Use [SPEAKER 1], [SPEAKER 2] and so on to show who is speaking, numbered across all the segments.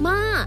[SPEAKER 1] 妈，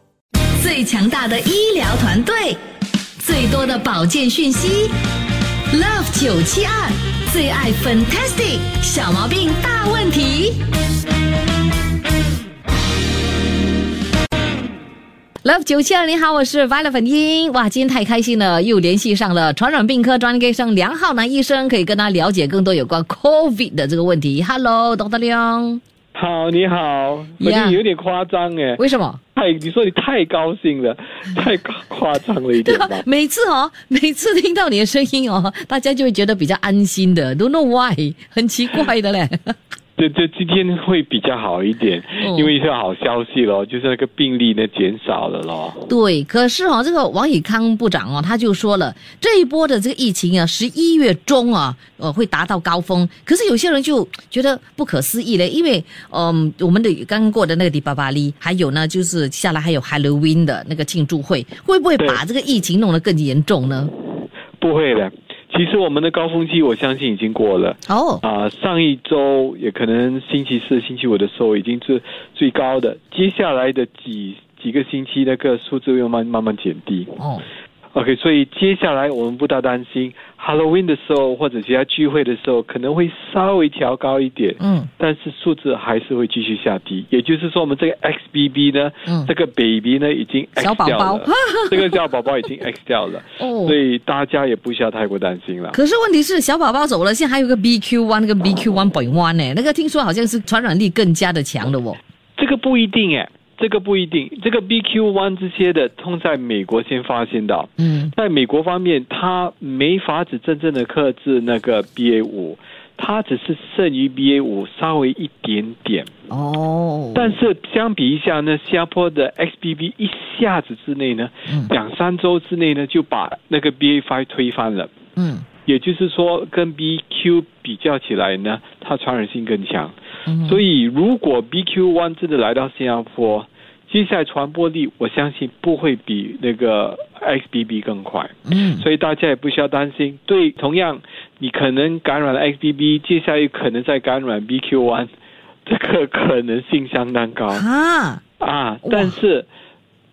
[SPEAKER 2] 最强大的医疗团队，最多的保健讯息，Love 九七二最爱 Fantastic 小毛病大问题。
[SPEAKER 3] Love 九七二你好，我是 Violet 粉英。哇，今天太开心了，又联系上了传染病科专科医生梁浩南医生，可以跟他了解更多有关 COVID 的这个问题。Hello，Dr. 梁，
[SPEAKER 4] 好，你好，我觉
[SPEAKER 3] Yeah
[SPEAKER 4] 得有点夸张哎，
[SPEAKER 3] 为什么？？
[SPEAKER 4] 太你说你太高兴了，太夸夸张了一点吧
[SPEAKER 3] 每次哦，每次听到你的声音哦，大家就会觉得比较安心的，don't know why，很奇怪的嘞。
[SPEAKER 4] 这这今天会比较好一点
[SPEAKER 3] 哦，
[SPEAKER 4] 因为是好消息咯，就是那个病例呢减少了咯。
[SPEAKER 3] 对，可是哦，这个王以康部长哦，他就说了，这一波的这个疫情啊，十一月中啊，呃，会达到高峰。可是有些人就觉得不可思议嘞，因为嗯、我们的刚刚过的那个迪巴巴利，还有呢，就是接下来还有 Halloween 的那个庆祝会，会不会
[SPEAKER 4] 对
[SPEAKER 3] 把这个疫情弄得更严重呢？
[SPEAKER 4] 不会的，其实我们的高峰期我相信已经过了。
[SPEAKER 3] 哦，
[SPEAKER 4] 啊、上一周也可能星期四、星期五的时候已经是最高的，接下来的几几个星期那个数字又慢慢慢减低。
[SPEAKER 3] 哦，
[SPEAKER 4] OK，所以接下来我们不大担心 Halloween 的时候或者其他聚会的时候可能会稍微调高一点，
[SPEAKER 3] 嗯，
[SPEAKER 4] 但是数字还是会继续下低。也就是说，我们这个 XBB 呢，
[SPEAKER 3] 嗯
[SPEAKER 4] 这个 baby 呢已经 X
[SPEAKER 3] 小宝
[SPEAKER 4] 掉
[SPEAKER 3] 宝
[SPEAKER 4] 了，这个小宝宝已经 X 掉了，
[SPEAKER 3] 哦
[SPEAKER 4] 所以大家也不需要太过担心了。
[SPEAKER 3] 可是问题是，小宝宝走了，现在还有个 BQ one 跟 BQ one point one 呢，那个听说好像是传染力更加的强的哦。
[SPEAKER 4] 这个不一定哎，这个不一定，这个 BQ one 这些的，通在美国先发现到。
[SPEAKER 3] 嗯，
[SPEAKER 4] 在美国方面，它没法子真正的克制那个 BA 五，它只是胜于 BA 五稍微一点点。
[SPEAKER 3] 哦，
[SPEAKER 4] 但是相比一下呢，新加坡的 XBB 一下子之内呢，
[SPEAKER 3] 嗯
[SPEAKER 4] 两三周之内呢就把那个 BA five 推翻了。
[SPEAKER 3] 嗯
[SPEAKER 4] 也就是说，跟 BQ 比较起来呢，它传染性更强。
[SPEAKER 3] 嗯
[SPEAKER 4] 所以，如果 BQ one 真的来到新加坡，接下来传播力，我相信不会比那个 XBB 更快。
[SPEAKER 3] 嗯，
[SPEAKER 4] 所以大家也不需要担心。对，同样你可能感染了 XBB，接下来有可能再感染 BQ1，这个可能性相当高
[SPEAKER 3] 啊，
[SPEAKER 4] 啊
[SPEAKER 3] 哇。
[SPEAKER 4] 但是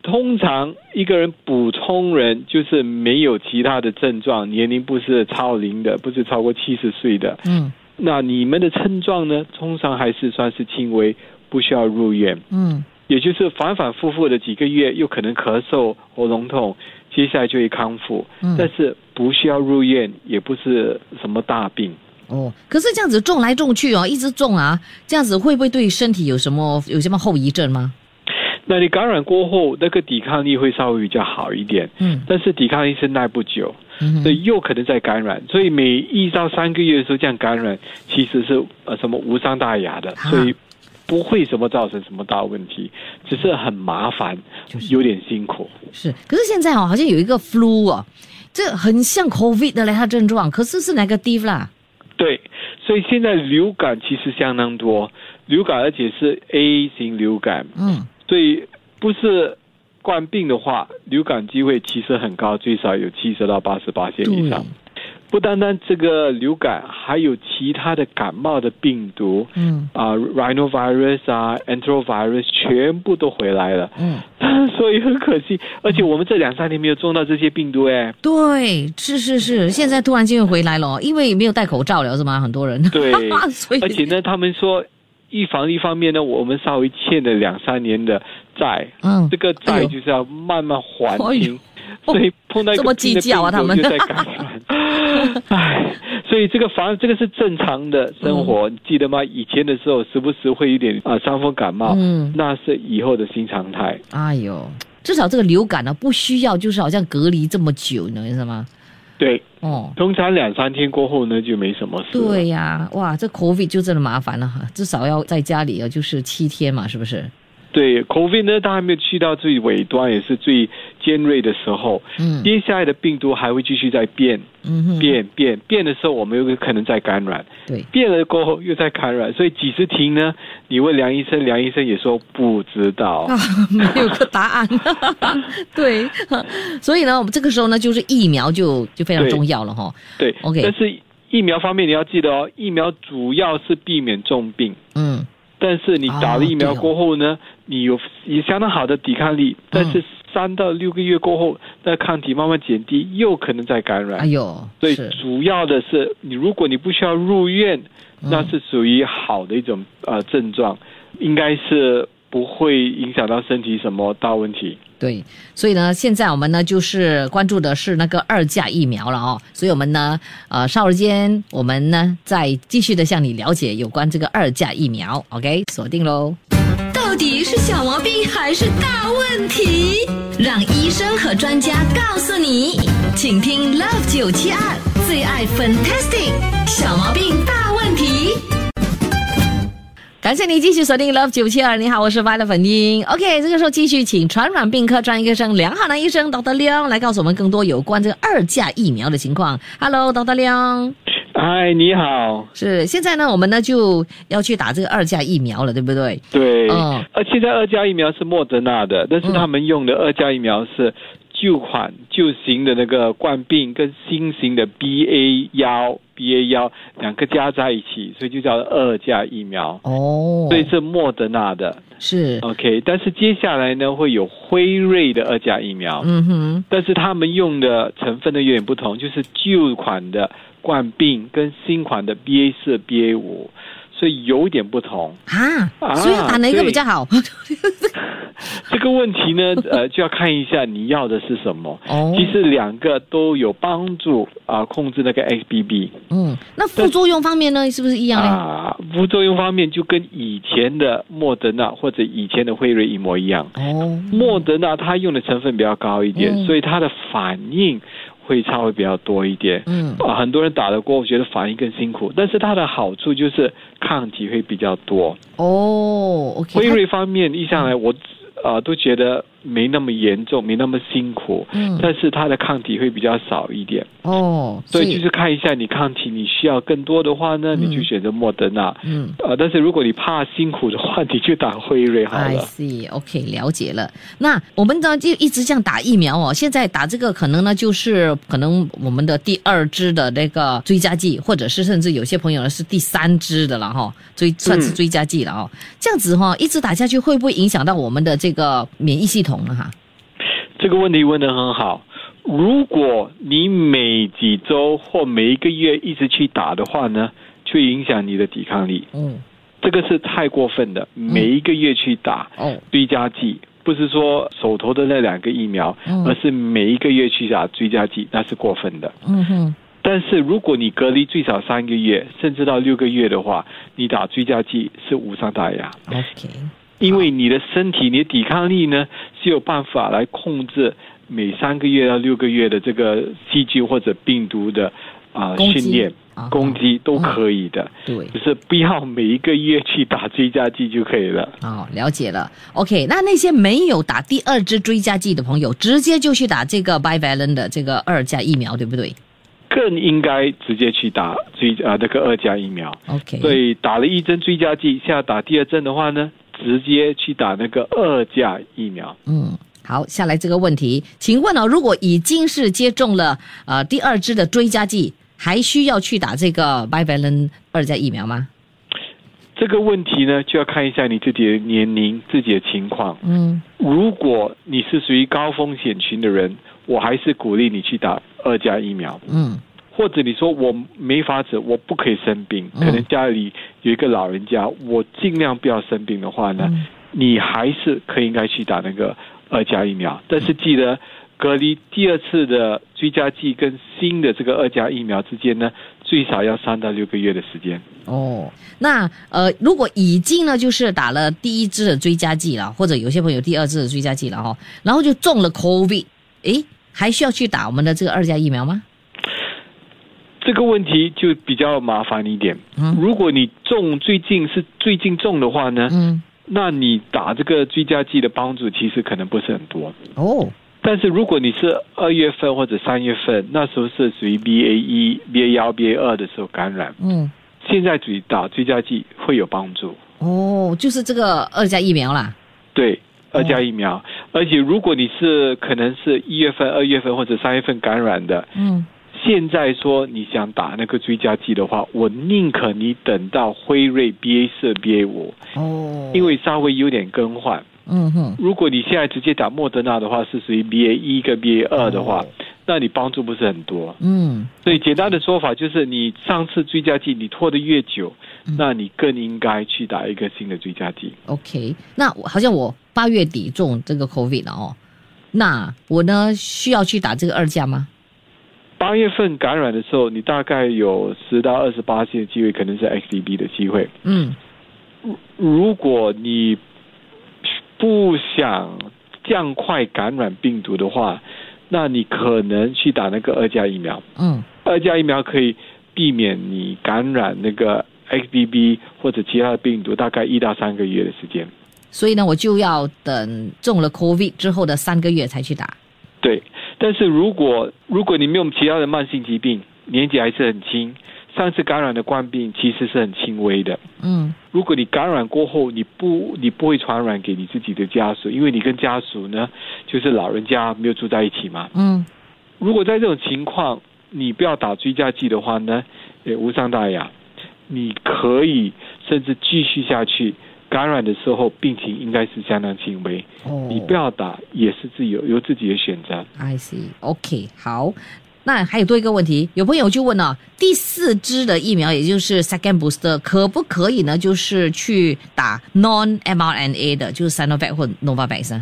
[SPEAKER 4] 通常一个人普通人就是没有其他的症状，年龄不是超龄的，不是超过七十岁的，
[SPEAKER 3] 嗯
[SPEAKER 4] 那你们的症状呢，通常还是算是轻微，不需要入院。
[SPEAKER 3] 嗯，
[SPEAKER 4] 也就是反反复复的几个月，有可能咳嗽、喉咙痛，接下来就会康复，
[SPEAKER 3] 嗯
[SPEAKER 4] 但是不需要入院，也不是什么大病。
[SPEAKER 3] 哦，可是这样子种来种去哦，一直种啊，这样子会不会对身体有什么有什么后遗症吗？
[SPEAKER 4] 那你感染过后，那个抵抗力会稍微比较好一点，
[SPEAKER 3] 嗯
[SPEAKER 4] 但是抵抗力是耐不久，
[SPEAKER 3] 嗯
[SPEAKER 4] 所
[SPEAKER 3] 哼，
[SPEAKER 4] 以又可能再感染。所以每一到三个月的时候这样感染，其实是呃什么无伤大雅的，
[SPEAKER 3] 啊
[SPEAKER 4] 所以不会什么造成什么大问题，只是很麻烦，有点辛苦。
[SPEAKER 3] 是，可是现在哦，好像有一个 flu 哦，这很像 COVID 的嘞，它症状，可是是 negative 啦。
[SPEAKER 4] 对，所以现在流感其实相当多，流感而且是 A 型流感，
[SPEAKER 3] 嗯
[SPEAKER 4] 所以不是冠病的话，流感机会其实很高，最少有七十到八十八线以上
[SPEAKER 3] 对。
[SPEAKER 4] 不单单这个流感，还有其他的感冒的病毒
[SPEAKER 3] 嗯
[SPEAKER 4] 啊、rhinovirus 啊，enterovirus 全部都回来了，
[SPEAKER 3] 嗯，
[SPEAKER 4] 所以很可惜。而且我们这两三年没有中到这些病毒哎。
[SPEAKER 3] 对，是是
[SPEAKER 4] 嗯
[SPEAKER 3] 是，现在突然间又回来了哦，因为没有戴口罩了是吗？很多人
[SPEAKER 4] 对
[SPEAKER 3] 所以
[SPEAKER 4] 而且呢，他们说预防一方面呢，我们稍微欠了两三年的债，
[SPEAKER 3] 嗯
[SPEAKER 4] 这个
[SPEAKER 3] 哎
[SPEAKER 4] 债
[SPEAKER 3] 呦
[SPEAKER 4] 就是要慢慢还
[SPEAKER 3] 哎呦
[SPEAKER 4] 清。所以碰到一
[SPEAKER 3] 这
[SPEAKER 4] 个
[SPEAKER 3] 么
[SPEAKER 4] 新的
[SPEAKER 3] 计较啊
[SPEAKER 4] 病
[SPEAKER 3] 他
[SPEAKER 4] 毒
[SPEAKER 3] 们
[SPEAKER 4] 就在 感染，唉，所以这个防这个是正常的生
[SPEAKER 3] 嗯
[SPEAKER 4] 活，你记得吗？以前的时候时不时会有点啊、呃伤风感冒，
[SPEAKER 3] 嗯，
[SPEAKER 4] 那是以后的新常态。
[SPEAKER 3] 哎呦，至少这个流感呢、啊不需要就是好像隔离这么久呢，是吗？
[SPEAKER 4] 对，
[SPEAKER 3] 哦，
[SPEAKER 4] 通常两三天过后呢就没什么事了。
[SPEAKER 3] 对呀、哇，这 COVID 就真的麻烦了哈，至少要在家里啊，就是七天嘛，是不是？
[SPEAKER 4] 对，COVID 呢，它还没有去到最尾端，也是最尖锐的时候。
[SPEAKER 3] 嗯
[SPEAKER 4] 接下来的病毒还会继续在变，
[SPEAKER 3] 嗯哼，
[SPEAKER 4] 变，变，变的时候，我们有可能再感染。
[SPEAKER 3] 对，
[SPEAKER 4] 变了过后又在感染，所以几时停呢？你问梁医生，梁医生也说不知道。
[SPEAKER 3] 啊， 没有个答 案，对， 所以呢，我们这个时候呢，就是疫苗就就非常
[SPEAKER 4] 对
[SPEAKER 3] 重要了哈，
[SPEAKER 4] 对
[SPEAKER 3] OK
[SPEAKER 4] 但是疫苗方面你要记得哦，疫苗主要是避免重病，
[SPEAKER 3] 嗯，
[SPEAKER 4] 但是你打
[SPEAKER 3] 啊
[SPEAKER 4] 了疫苗
[SPEAKER 3] 对哦嗯
[SPEAKER 4] 过后呢，你有也相当好的抵抗力，但是三到六个月过后，那抗体慢慢减低，又可能再感染。
[SPEAKER 3] 哎呦，
[SPEAKER 4] 所以
[SPEAKER 3] 是，
[SPEAKER 4] 主要的是，你如果你不需要入院，
[SPEAKER 3] 嗯
[SPEAKER 4] 那是属于好的一种呃症状，应该是不会影响到身体什么大问题。
[SPEAKER 3] 对，所以呢，现在我们呢就是关注的是那个二价疫苗了哦，所以我们呢，呃，稍后间我们呢再继续的向你了解有关这个二价疫苗，OK，锁定喽。
[SPEAKER 2] 到底是小毛病还是大问题？让医生和专家告诉你，请听 Love 972，最爱 Fantastic 小毛病大问题。
[SPEAKER 3] 感谢你继续锁定 Love 九七二，你好，我是 Violet 粉英。OK，这个时候继续请传染病科专业医生梁浩南医生 Dr. 梁来告诉我们更多有关这个二价疫苗的情况。Hello，Dr. 梁，
[SPEAKER 4] 嗨，你好，
[SPEAKER 3] 是现在呢，我们呢就要去打这个二价疫苗了，对不对？
[SPEAKER 4] 对，
[SPEAKER 3] 嗯
[SPEAKER 4] 呃，现在二价疫苗是莫德纳的，但是他们用的二价疫苗是旧款旧型的那个冠病跟新型的 BA 幺 BA 幺两个加在一起，所以就叫二价疫苗。
[SPEAKER 3] 哦，
[SPEAKER 4] 所以是莫德纳的
[SPEAKER 3] 是，
[SPEAKER 4] ，OK，但是接下来呢会有辉瑞的二价疫苗，
[SPEAKER 3] 嗯哼，
[SPEAKER 4] 但是他们用的成分呢有点不同，就是旧款的冠病跟新款的 BA 四、BA 五，所以有点不 同。
[SPEAKER 3] 啊，
[SPEAKER 4] 啊
[SPEAKER 3] 所以要打哪一个
[SPEAKER 4] 对
[SPEAKER 3] 比较好？
[SPEAKER 4] 这个问题呢，呃，就要看一下你要的是什么。
[SPEAKER 3] 哦，
[SPEAKER 4] 其实两个都有帮助啊、控制那个 XBB
[SPEAKER 3] 嗯，那副作用方面呢，是不是一样呢？
[SPEAKER 4] 啊、副作用方面就跟以前的莫德纳或者以前的辉瑞一模一样。
[SPEAKER 3] 哦，
[SPEAKER 4] 莫德纳它用的成分比较高一点，
[SPEAKER 3] 嗯
[SPEAKER 4] 所以它的反应会稍微比较多一点。
[SPEAKER 3] 嗯
[SPEAKER 4] 啊，很多人打了过后觉得反应更辛苦，但是它的好处就是抗体会比较多。
[SPEAKER 3] 哦，OK，
[SPEAKER 4] 辉瑞方面一上来我呃都觉得没那么严重，没那么辛苦，
[SPEAKER 3] 嗯
[SPEAKER 4] 但是它的抗体会比较少一点，
[SPEAKER 3] 它哦，
[SPEAKER 4] 所以就是看一下你抗体你需要更多的话呢，
[SPEAKER 3] 嗯
[SPEAKER 4] 你就选择莫德纳。
[SPEAKER 3] 嗯。
[SPEAKER 4] 呃，但是如果你怕辛苦的话，你就打辉瑞好
[SPEAKER 3] I
[SPEAKER 4] 了。
[SPEAKER 3] see，OK，、了解了。那我们呢就一直这样打疫苗哦，现在打这个可能呢就是可能我们的第二支的那个追加剂，或者是甚至有些朋友呢是第三支的了哈、追算是追加剂了哦。这样子哈、一直打下去会不会影响到我们的这个免疫系统呢？哈，
[SPEAKER 4] 这个问题问得很好。如果你每几周或每一个月一直去打的话呢，却影响你的抵抗力，
[SPEAKER 3] 嗯，
[SPEAKER 4] 这个是太过分的。每一个月去打
[SPEAKER 3] 哦，
[SPEAKER 4] 追加剂，不是说手头的那两个疫苗，
[SPEAKER 3] 嗯
[SPEAKER 4] 而是每一个月去打追加剂，那是过分的。
[SPEAKER 3] 嗯哼，
[SPEAKER 4] 但是如果你隔离最少三个月，甚至到六个月的话，你打追加剂是无伤大雅。
[SPEAKER 3] ，OK，
[SPEAKER 4] 因为你的身体，你的抵抗力呢是有办法来控制每三个月到六个月的这个细菌或者病毒的啊、
[SPEAKER 3] 攻击
[SPEAKER 4] 训练
[SPEAKER 3] 啊嗯
[SPEAKER 4] 攻击都可以的，
[SPEAKER 3] 对。
[SPEAKER 4] 只是不要每一个月去打追加剂就可以了。
[SPEAKER 3] 哦，了解了。OK，那那些没有打第二支追加剂的朋友，直接就去打这个 bivalent 的这个二价疫苗，对不对
[SPEAKER 4] 更应该直接去打追啊、那个二价疫苗。
[SPEAKER 3] ？OK，
[SPEAKER 4] 所以打了一针追加剂，现在打第二针的话呢，直接去打那个二价疫苗。
[SPEAKER 3] 嗯，好，下来这个问题，请问哦，如果已经是接种了呃第二支的追加剂，还需要去打这个 bivalent 二价疫苗吗？
[SPEAKER 4] 这个问题呢，就要看一下你自己的年龄、自己的情况。
[SPEAKER 3] 嗯，
[SPEAKER 4] 如果你是属于高风险群的人，我还是鼓励你去打二价疫苗。
[SPEAKER 3] 嗯，
[SPEAKER 4] 或者你说我没法子，我不可以生病，
[SPEAKER 3] 嗯
[SPEAKER 4] 可能家里有一个老人家，我尽量不要生病的话呢，
[SPEAKER 3] 嗯
[SPEAKER 4] 你还是可以应该去打那个二价疫苗。但是记得隔离第二次的追加剂跟新的这个二价疫苗之间呢，最少要三到六个月的时间。
[SPEAKER 3] 哦，那呃，如果已经呢就是打了第一支的追加剂了，或者有些朋友第二支的追加剂了哈、哦，然后就中了 COVID，诶，还需要去打我们的这个二价疫苗吗？
[SPEAKER 4] 这个问题就比较麻烦一点
[SPEAKER 3] 嗯。
[SPEAKER 4] 如果你中最近是最近中的话呢，
[SPEAKER 3] 嗯，
[SPEAKER 4] 那你打这个追加剂的帮助其实可能不是很多。
[SPEAKER 3] 哦，
[SPEAKER 4] 但是如果你是二月份或者三月份，那时候是属于 BA 一、BA 幺、BA 二的时候感染，
[SPEAKER 3] 嗯，
[SPEAKER 4] 现在主打追加剂会有帮助。
[SPEAKER 3] 哦，就是这个二价疫苗啦。
[SPEAKER 4] 对，二价疫苗，而且如果你是可能是一月份、二月份或者三月份感染的，
[SPEAKER 3] 嗯，
[SPEAKER 4] 现在说你想打那个追加剂的话，我宁可你等到辉瑞 BA 四、BA 五，
[SPEAKER 3] 哦，
[SPEAKER 4] 因为稍微有点更换。
[SPEAKER 3] 嗯哼，
[SPEAKER 4] 如果你现在直接打莫德纳的话，是属于 BA 一跟 BA 二的话，那你帮助不是很多。
[SPEAKER 3] 嗯，
[SPEAKER 4] 所以简单的说法就是，你上次追加剂你拖得越久，那你更应该去打一个新的追加剂。
[SPEAKER 3] OK，那我好像我八月底中这个 COVID 了哦，那我呢需要去打这个二价吗？
[SPEAKER 4] 八月份感染的时候，你大概有十到二十八的机会，可能是 XDB 的机会。
[SPEAKER 3] 嗯，
[SPEAKER 4] 如果你不想这样快感染病毒的话，那你可能去打那个二价疫苗。
[SPEAKER 3] 嗯，
[SPEAKER 4] 二价疫苗可以避免你感染那个 XBB 或者其他的病毒，大概一到三个月的时间。
[SPEAKER 3] 所以呢我就要等中了 COVID 之后的三个月才去打。
[SPEAKER 4] 对，但是如果如果你没有其他的慢性疾病，年纪还是很轻，上次感染的冠病其实是很轻微的。
[SPEAKER 3] 嗯，
[SPEAKER 4] 如果你感染过后，你不你不会传染给你自己的家属，因为你跟家属呢就是老人家没有住在一起嘛。
[SPEAKER 3] 嗯，
[SPEAKER 4] 如果在这种情况，你不要打追加剂的话呢，也无伤大雅。你可以甚至继续下去，感染的时候病情应该是相当轻微，
[SPEAKER 3] 哦，
[SPEAKER 4] 你不要打也是自由由自己的选择。
[SPEAKER 3] I see. OK，好。那还有多一个问题，有朋友就问了、第四支的疫苗，也就是 second booster，可不可以呢？就是去打 non mRNA 的，就是 Sinovac 或 Novavax 啊？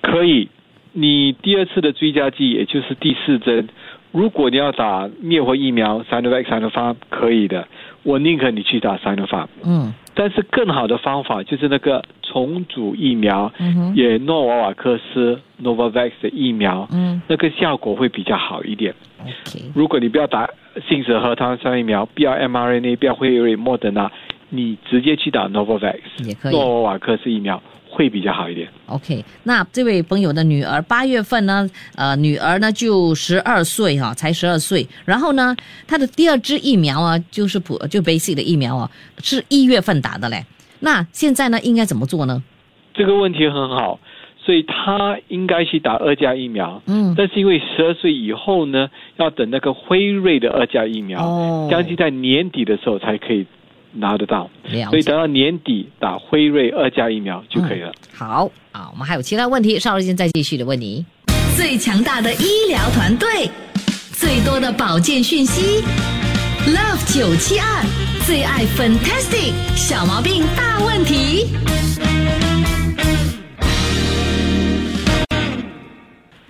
[SPEAKER 4] 可以，你第二次的追加剂，也就是第四针，如果你要打灭活疫苗 Sinovac、Sinopharm 可以的，我宁可你去打 Sinopharm。
[SPEAKER 3] 嗯
[SPEAKER 4] 但是更好的方法就是那个重组疫苗，
[SPEAKER 3] 嗯哼
[SPEAKER 4] 也诺瓦瓦克斯 Novavax 的疫苗，
[SPEAKER 3] 嗯
[SPEAKER 4] 那个效果会比较好一点。
[SPEAKER 3] ，OK，
[SPEAKER 4] 如果你不要打信使核糖酸疫苗，不要 mRNA，不要辉瑞、莫德纳，你直接去打 Novavax
[SPEAKER 3] 也可以
[SPEAKER 4] 诺瓦瓦克斯疫苗会比较好一点。
[SPEAKER 3] OK，那这位朋友的女儿八月份呢，呃，女儿呢就十二岁哈、才十二岁。然后呢，她的第二支疫苗啊，就是普就 basic 的疫苗啊，是一月份打的嘞。那现在呢，应该怎么做呢？
[SPEAKER 4] 这个问题很好，所以他应该去打二价疫苗。
[SPEAKER 3] 嗯
[SPEAKER 4] 但是因为十二岁以后呢，要等那个辉瑞的二价疫苗，
[SPEAKER 3] 哦
[SPEAKER 4] 将近在年底的时候才可以拿得到，
[SPEAKER 3] 了
[SPEAKER 4] 所以
[SPEAKER 3] 解。
[SPEAKER 4] 等到年底打辉瑞二价疫苗就可以了。
[SPEAKER 3] 好啊，我们还有其他问题，稍后时间再继续的问你。
[SPEAKER 2] 最强大的医疗团队，最多的保健讯息。Love 972，最爱 Fantastic 小毛病大问题。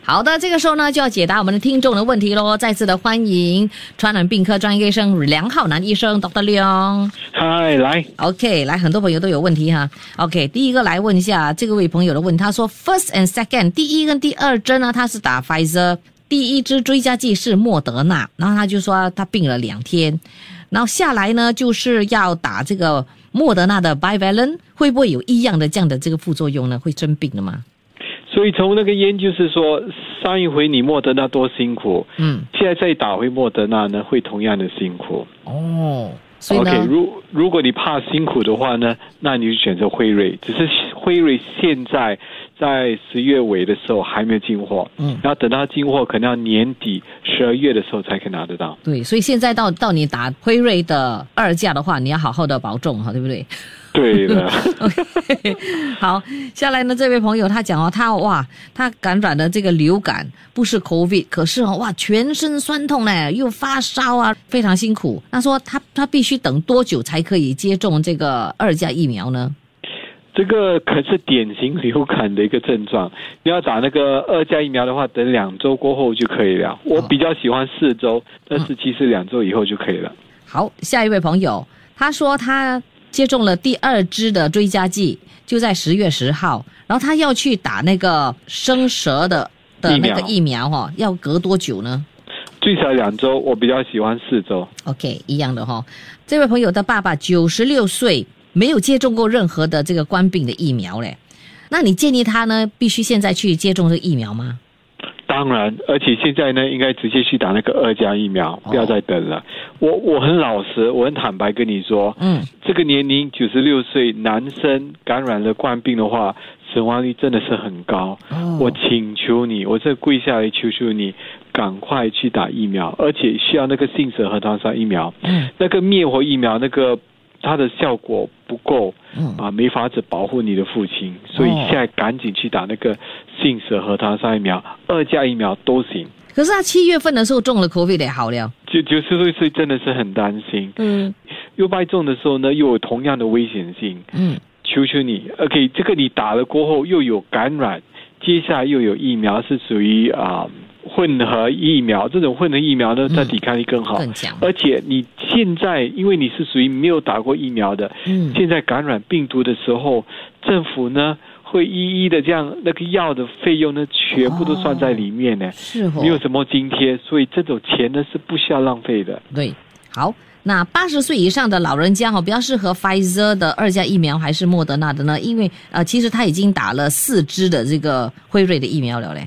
[SPEAKER 3] 好的，这个时候呢，就要解答我们的听众的问题喽。再次的欢迎传染病科专业医生梁浩南医生，Dr. 梁。
[SPEAKER 4] 嗨，来，
[SPEAKER 3] OK，来，很多朋友都有问题哈。OK，第一个来问一下这个位朋友的问题，他说 First and Second，第一跟第二针呢，他是打 Pfizer，第一支追加剂是莫德纳，然后他就说他病了两天，然后下来呢就是要打这个莫德纳的 Bivalent，会不会有一样的这样的这个副作用呢？会生病的吗？
[SPEAKER 4] 所以从那个烟就是说，上一回你莫德纳多辛苦，
[SPEAKER 3] 嗯，
[SPEAKER 4] 现在再打回莫德纳呢，会同样的辛苦。
[SPEAKER 3] 哦，所以呢
[SPEAKER 4] OK，如如果你怕辛苦的话呢，那你就选择辉瑞。只是辉瑞现在在十月尾的时候还没有进货，
[SPEAKER 3] 嗯
[SPEAKER 4] 然后等到进货可能要年底十二月的时候才可以拿得到。
[SPEAKER 3] 对，所以现在到到你打辉瑞的二价的话，你要好好的保重哈，对不对？
[SPEAKER 4] 对的，
[SPEAKER 3] 好，下来呢，这位朋友他讲哦，他哇，他感染的这个流感不是 COVID，可是哦哇，全身酸痛嘞，又发烧啊，非常辛苦。他说他他必须等多久才可以接种这个二价疫苗呢？
[SPEAKER 4] 这个可是典型流感的一个症状。你要打那个二价疫苗的话，等两周过后就可以了。我
[SPEAKER 3] 嗯
[SPEAKER 4] 比较喜欢四周，但是其实两周以后就可以了。
[SPEAKER 3] 好，下一位朋友，他说他接种了第二支的追加剂，就在十月十号，然后他要去打那个生蛇的的那个疫
[SPEAKER 4] 疫
[SPEAKER 3] 苗哦，要隔多久呢？
[SPEAKER 4] 最少两周，我比较喜欢四周。
[SPEAKER 3] OK，一样的哈、这位朋友的爸爸九十六岁，没有接种过任何的这个冠病的疫苗嘞。那你建议他呢，必须现在去接种这个疫苗吗？
[SPEAKER 4] 当然，而且现在呢，应该直接去打那个二价疫苗，
[SPEAKER 3] 哦
[SPEAKER 4] 不要再等了。我我很老实，我很坦白跟你说，
[SPEAKER 3] 嗯，
[SPEAKER 4] 这个年龄九十六岁男生感染了冠病的话，死亡率真的是很高。
[SPEAKER 3] 哦
[SPEAKER 4] 我请求你，我这跪下来求求你，赶快去打疫苗，而且需要那个杏仁核糖酸疫苗，
[SPEAKER 3] 嗯
[SPEAKER 4] 那个灭活疫苗那个。它的效果不够
[SPEAKER 3] 嗯
[SPEAKER 4] 啊，没法子保护你的父亲，所以
[SPEAKER 3] 哦
[SPEAKER 4] 现在赶紧去打那个杏仁核糖酸疫苗、二价疫苗都行。
[SPEAKER 3] 可是他七月份的时候中了 COVID 也好了。
[SPEAKER 4] 九九十六岁真的是很担心，
[SPEAKER 3] 嗯
[SPEAKER 4] 又败中的时候呢，又有同样的危险性。
[SPEAKER 3] 嗯，
[SPEAKER 4] 求求你，OK，这个你打了过后又有感染，接下来又有疫苗，是属于啊、混合疫苗，这种混合疫苗呢，它抵抗力更好。
[SPEAKER 3] 嗯更强。
[SPEAKER 4] 而且你现在，因为你是属于没有打过疫苗的，
[SPEAKER 3] 嗯
[SPEAKER 4] 现在感染病毒的时候，政府呢会一一的这样那个药的费用呢，全部都算在里面呢，
[SPEAKER 3] 是哦
[SPEAKER 4] 没有什么津贴，所以这种钱呢是不需要浪费的。
[SPEAKER 3] 对，好。那八十岁以上的老人家哦，比较适合 Pfizer 的二价疫苗还是莫德纳的呢？因为呃，其实他已经打了四支的这个辉瑞的疫苗了嘞。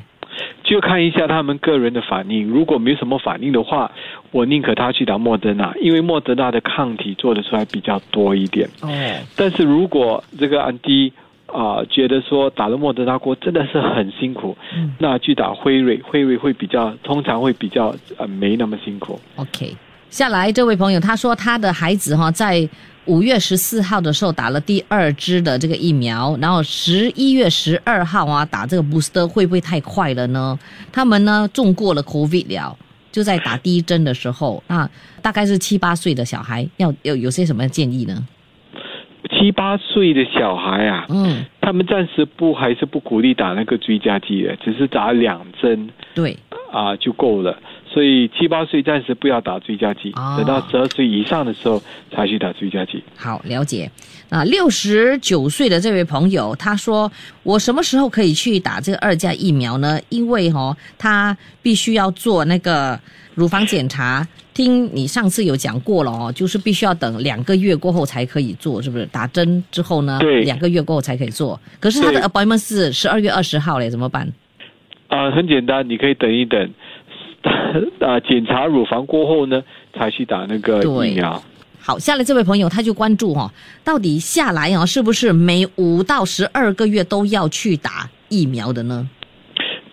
[SPEAKER 4] 就看一下他们个人的反应。如果没什么反应的话，我宁可他去打莫德纳，因为莫德纳的抗体做得出来比较多一点。
[SPEAKER 3] 哦，
[SPEAKER 4] 但是如果这个安迪啊、觉得说打了莫德纳过真的是很辛苦，
[SPEAKER 3] 嗯
[SPEAKER 4] 那去打辉瑞，辉瑞会比较通常会比较呃没那么辛苦。
[SPEAKER 3] OK，下来这位朋友他说他的孩子哈、在五月十四号的时候打了第二支的这个疫苗，然后十一月十二号啊打这个 booster 会不会太快了呢？他们呢中过了 COVID 了。就在打第一针的时候，那大概是七八岁的小孩，要有有些什么建议呢？
[SPEAKER 4] 七八岁的小孩啊，
[SPEAKER 3] 嗯，
[SPEAKER 4] 他们暂时不还是不鼓励打那个追加剂的，只是打两针。
[SPEAKER 3] 对，
[SPEAKER 4] 啊、就够了。所以七八岁暂时不要打追加剂，
[SPEAKER 3] 啊
[SPEAKER 4] 等到十二岁以上的时候才去打追加剂。
[SPEAKER 3] 好了解。那六十九岁的这位朋友，他说：“我什么时候可以去打这个二价疫苗呢？因为哦，他必须要做那个乳房检查。听你上次有讲过了哦，就是必须要等两个月过后才可以做，是不是？打针之后呢，
[SPEAKER 4] 对
[SPEAKER 3] 两个月过后才可以做。可是他的
[SPEAKER 4] 对
[SPEAKER 3] appointment 是十二月二十号嘞，怎么办？
[SPEAKER 4] 啊、很简单，你可以等一等，啊，检查乳房过后呢，才去打那个
[SPEAKER 3] 对
[SPEAKER 4] 疫苗。
[SPEAKER 3] 好，下来这位朋友他就关注哦，到底下来哦，是不是每五到十二个月都要去打疫苗的呢？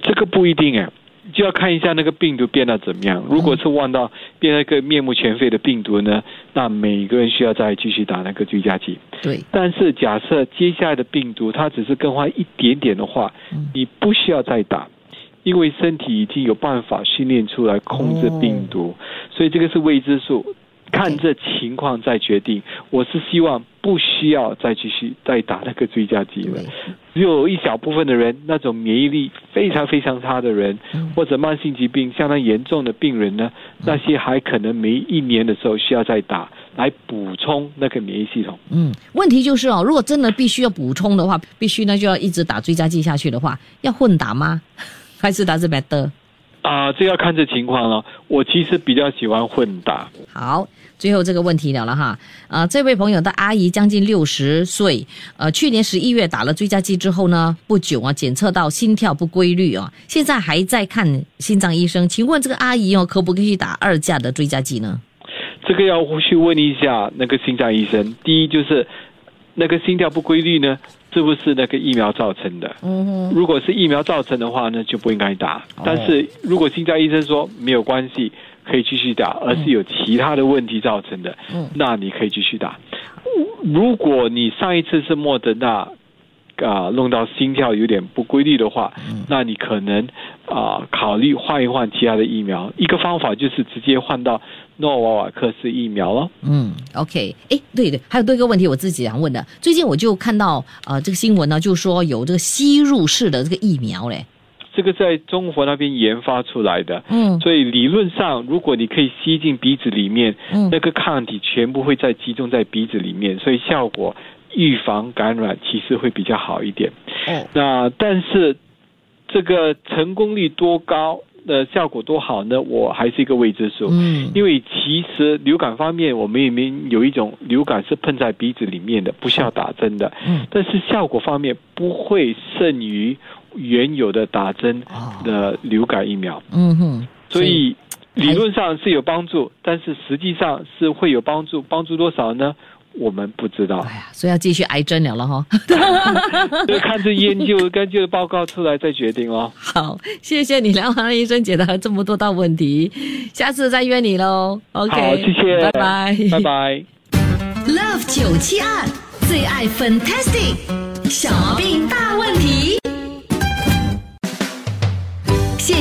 [SPEAKER 4] 这个不一定哎，就要看一下那个病毒变到怎么
[SPEAKER 3] 嗯
[SPEAKER 4] 样。如果是望到变那个面目全非的病毒呢，那每个人需要再继续打那个追加剂。
[SPEAKER 3] 对，
[SPEAKER 4] 但是假设接下来的病毒它只是更换一点点的话，你不需要再打，因为身体已经有办法训练出来控制病毒，所以这个是未知数，看这情况再决定。我是希望不需要再继续再打那个追加剂了
[SPEAKER 3] 对。
[SPEAKER 4] 只有一小部分的人，那种免疫力非常非常差的人，或者慢性疾病相当严重的病人呢，那些还可能每一年的时候需要再打，来补充那个免疫系统。
[SPEAKER 3] 嗯，问题就是哦，如果真的必须要补充的话，必须呢就要一直打追加剂下去的话，要混打吗？ 还是打这边的？
[SPEAKER 4] 啊、这要看这情况了。我其实比较喜欢混打，
[SPEAKER 3] 好，最后这个问题了了哈。呃，这位朋友的阿姨将近六十岁，呃，去年十一月打了追加剂之后呢，不久啊，检测到心跳不规律啊，现在还在看心脏医生。请问这个阿姨哦，可不可以打二价的追加剂呢？
[SPEAKER 4] 这个要去问一下那个心脏医生。第一就是那个心跳不规律呢，是不是那个疫苗造成的？
[SPEAKER 3] 嗯哼，哦
[SPEAKER 4] 如果是疫苗造成的话呢，就不应该打。但是如果心脏医生说没有关系，可以继续打，而是有其他的问题造成的，
[SPEAKER 3] 嗯
[SPEAKER 4] 那你可以继续打。如果你上一次是莫德纳。啊、弄到心跳有点不规律的话，那你可能啊、考虑换一换其他的疫苗。一个方法就是直接换到诺瓦瓦克氏疫苗咯。
[SPEAKER 3] 嗯，OK，哎，对对，还有多一个问题，我自己想问的。最近我就看到呃这个新闻呢，就说有这个吸入式的这个疫苗嘞，
[SPEAKER 4] 这个在中国那边研发出来的，
[SPEAKER 3] 嗯
[SPEAKER 4] 所以理论上，如果你可以吸进鼻子里面，
[SPEAKER 3] 嗯
[SPEAKER 4] 那个抗体全部会在集中在鼻子里面，所以效果预防感染其实会比较好一点。
[SPEAKER 3] 哦，
[SPEAKER 4] 那但是这个成功率多高，的效果多好呢？我还是一个未知数。
[SPEAKER 3] 嗯
[SPEAKER 4] 因为其实流感方面，我们里面有一种流感是喷在鼻子里面的，不需要打针的。
[SPEAKER 3] 嗯
[SPEAKER 4] 但是效果方面不会胜于原有的打针
[SPEAKER 3] 哦
[SPEAKER 4] 的流感疫苗，
[SPEAKER 3] 嗯哼，
[SPEAKER 4] 所以
[SPEAKER 3] 所以
[SPEAKER 4] 理论上是有帮助，但是实际上是会有帮助，帮助多少呢？我们不知道
[SPEAKER 3] 哎，呀，所以要继续挨针了了哈。
[SPEAKER 4] 所以看这研究根据报告出来再决定哦。
[SPEAKER 3] 好，谢谢你梁华医生解答了这么多道问题，下次再约你喽。OK，
[SPEAKER 4] 好，谢谢，
[SPEAKER 3] 拜拜，
[SPEAKER 4] 拜拜。
[SPEAKER 2] Love 九七二最爱 Fantastic，小毛病大问题。谢